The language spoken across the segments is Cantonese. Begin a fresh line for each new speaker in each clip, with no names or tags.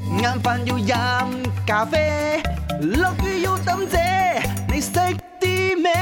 晏飯要飲咖啡，落雨要抌遮，你識啲咩？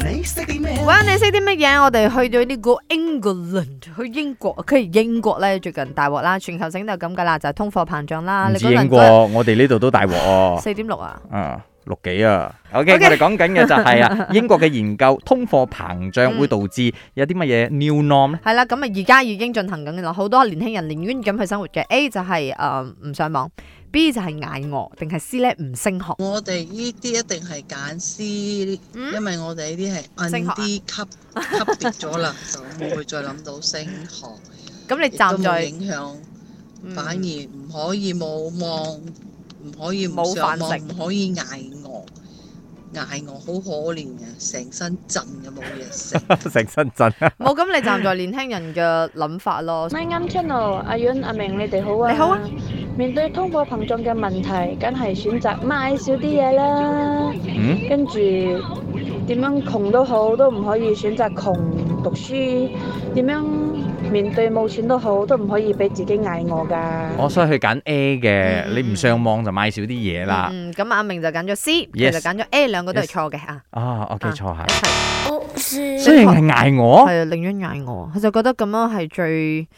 你識啲咩？
喂，你識啲乜嘢？我哋去咗呢個 England，去英國。佢英國咧最近大鑊啦，全球性都係咁噶啦，就係通貨膨脹啦。
唔
你
止
嗰輪
英
嗰
國，我哋呢度都 大鑊
日
喎。
四點六啊，
啊，六幾啊？OK，我
OK
哋講緊嘅就係 啊，英國嘅研究通貨膨脹會導致有啲乜嘢 new norm 咧？
係啦，咁啊而家已經進行緊嘅啦，好多年輕人寧願咁去生活嘅。A 就係誒唔上網，B 就係捱餓，定係 C 咧唔升學。
我哋呢啲一定係揀 C，
嗯
因為我哋呢啲係
升
摁
學啊
啲 級級跌咗啦，就唔會再諗到升學，
咁你
亦都
站
冇
在
影響，
嗯
反而唔可以冇望，唔可以唔
冇
上
飯
網，
食
唔可以捱餓，捱餓好可憐嘅，成身震嘅冇嘢食。
成身震啊！
冇咁你站在年輕人嘅諗法咯。
My Am Channel，阿婉、阿明，你哋好啊！
你好啊！
面對通貨膨脹嘅問題，梗係選擇買少啲嘢啦。
嗯，
跟住點樣窮都好，都唔可以選擇窮讀書。點樣面對冇錢都好，都唔可以俾自己捱餓㗎。
我所以去揀 A
嗯
嘅，你唔上網就買少啲嘢啦。
嗯，咁阿明就揀咗 C，佢
Yes
就揀咗 A，兩個都係
Yes
錯嘅啊。
啊，OK，
啊
錯下。
係
雖然係捱我，
係啊，寧願嗌我，佢就覺得咁樣係最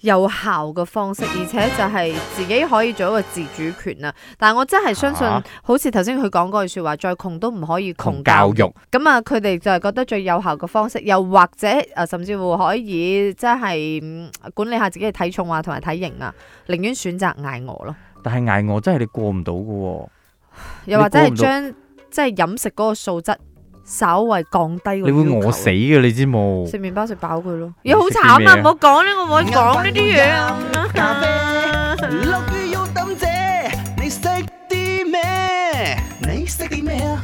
有效嘅方式，而且就係自己可以做一個自主權啦。但係我真係相信，
啊
好似頭先佢講嗰句説話，再窮都唔可以窮
窮
教
教
育。
育。
咁啊，佢哋就係覺得最有效嘅方式，又或者啊，甚至乎可以即係、嗯管理下自己嘅體重啊，同埋體型啊，寧願選擇嗌我咯，
但係捱我真係你過唔到嘅喎。
又或者係
你估唔到
將即係飲食嗰個素質稍為降低。
你會餓死嘅，你知冇？
食麵包食飽佢咯，
你
咦好
食啲
慘啊！
咩
唔
啊
好講呢，我唔可以講呢啲嘢啊。
咖啡，落雨要抌遮，你識啲咩？你識啲咩啊？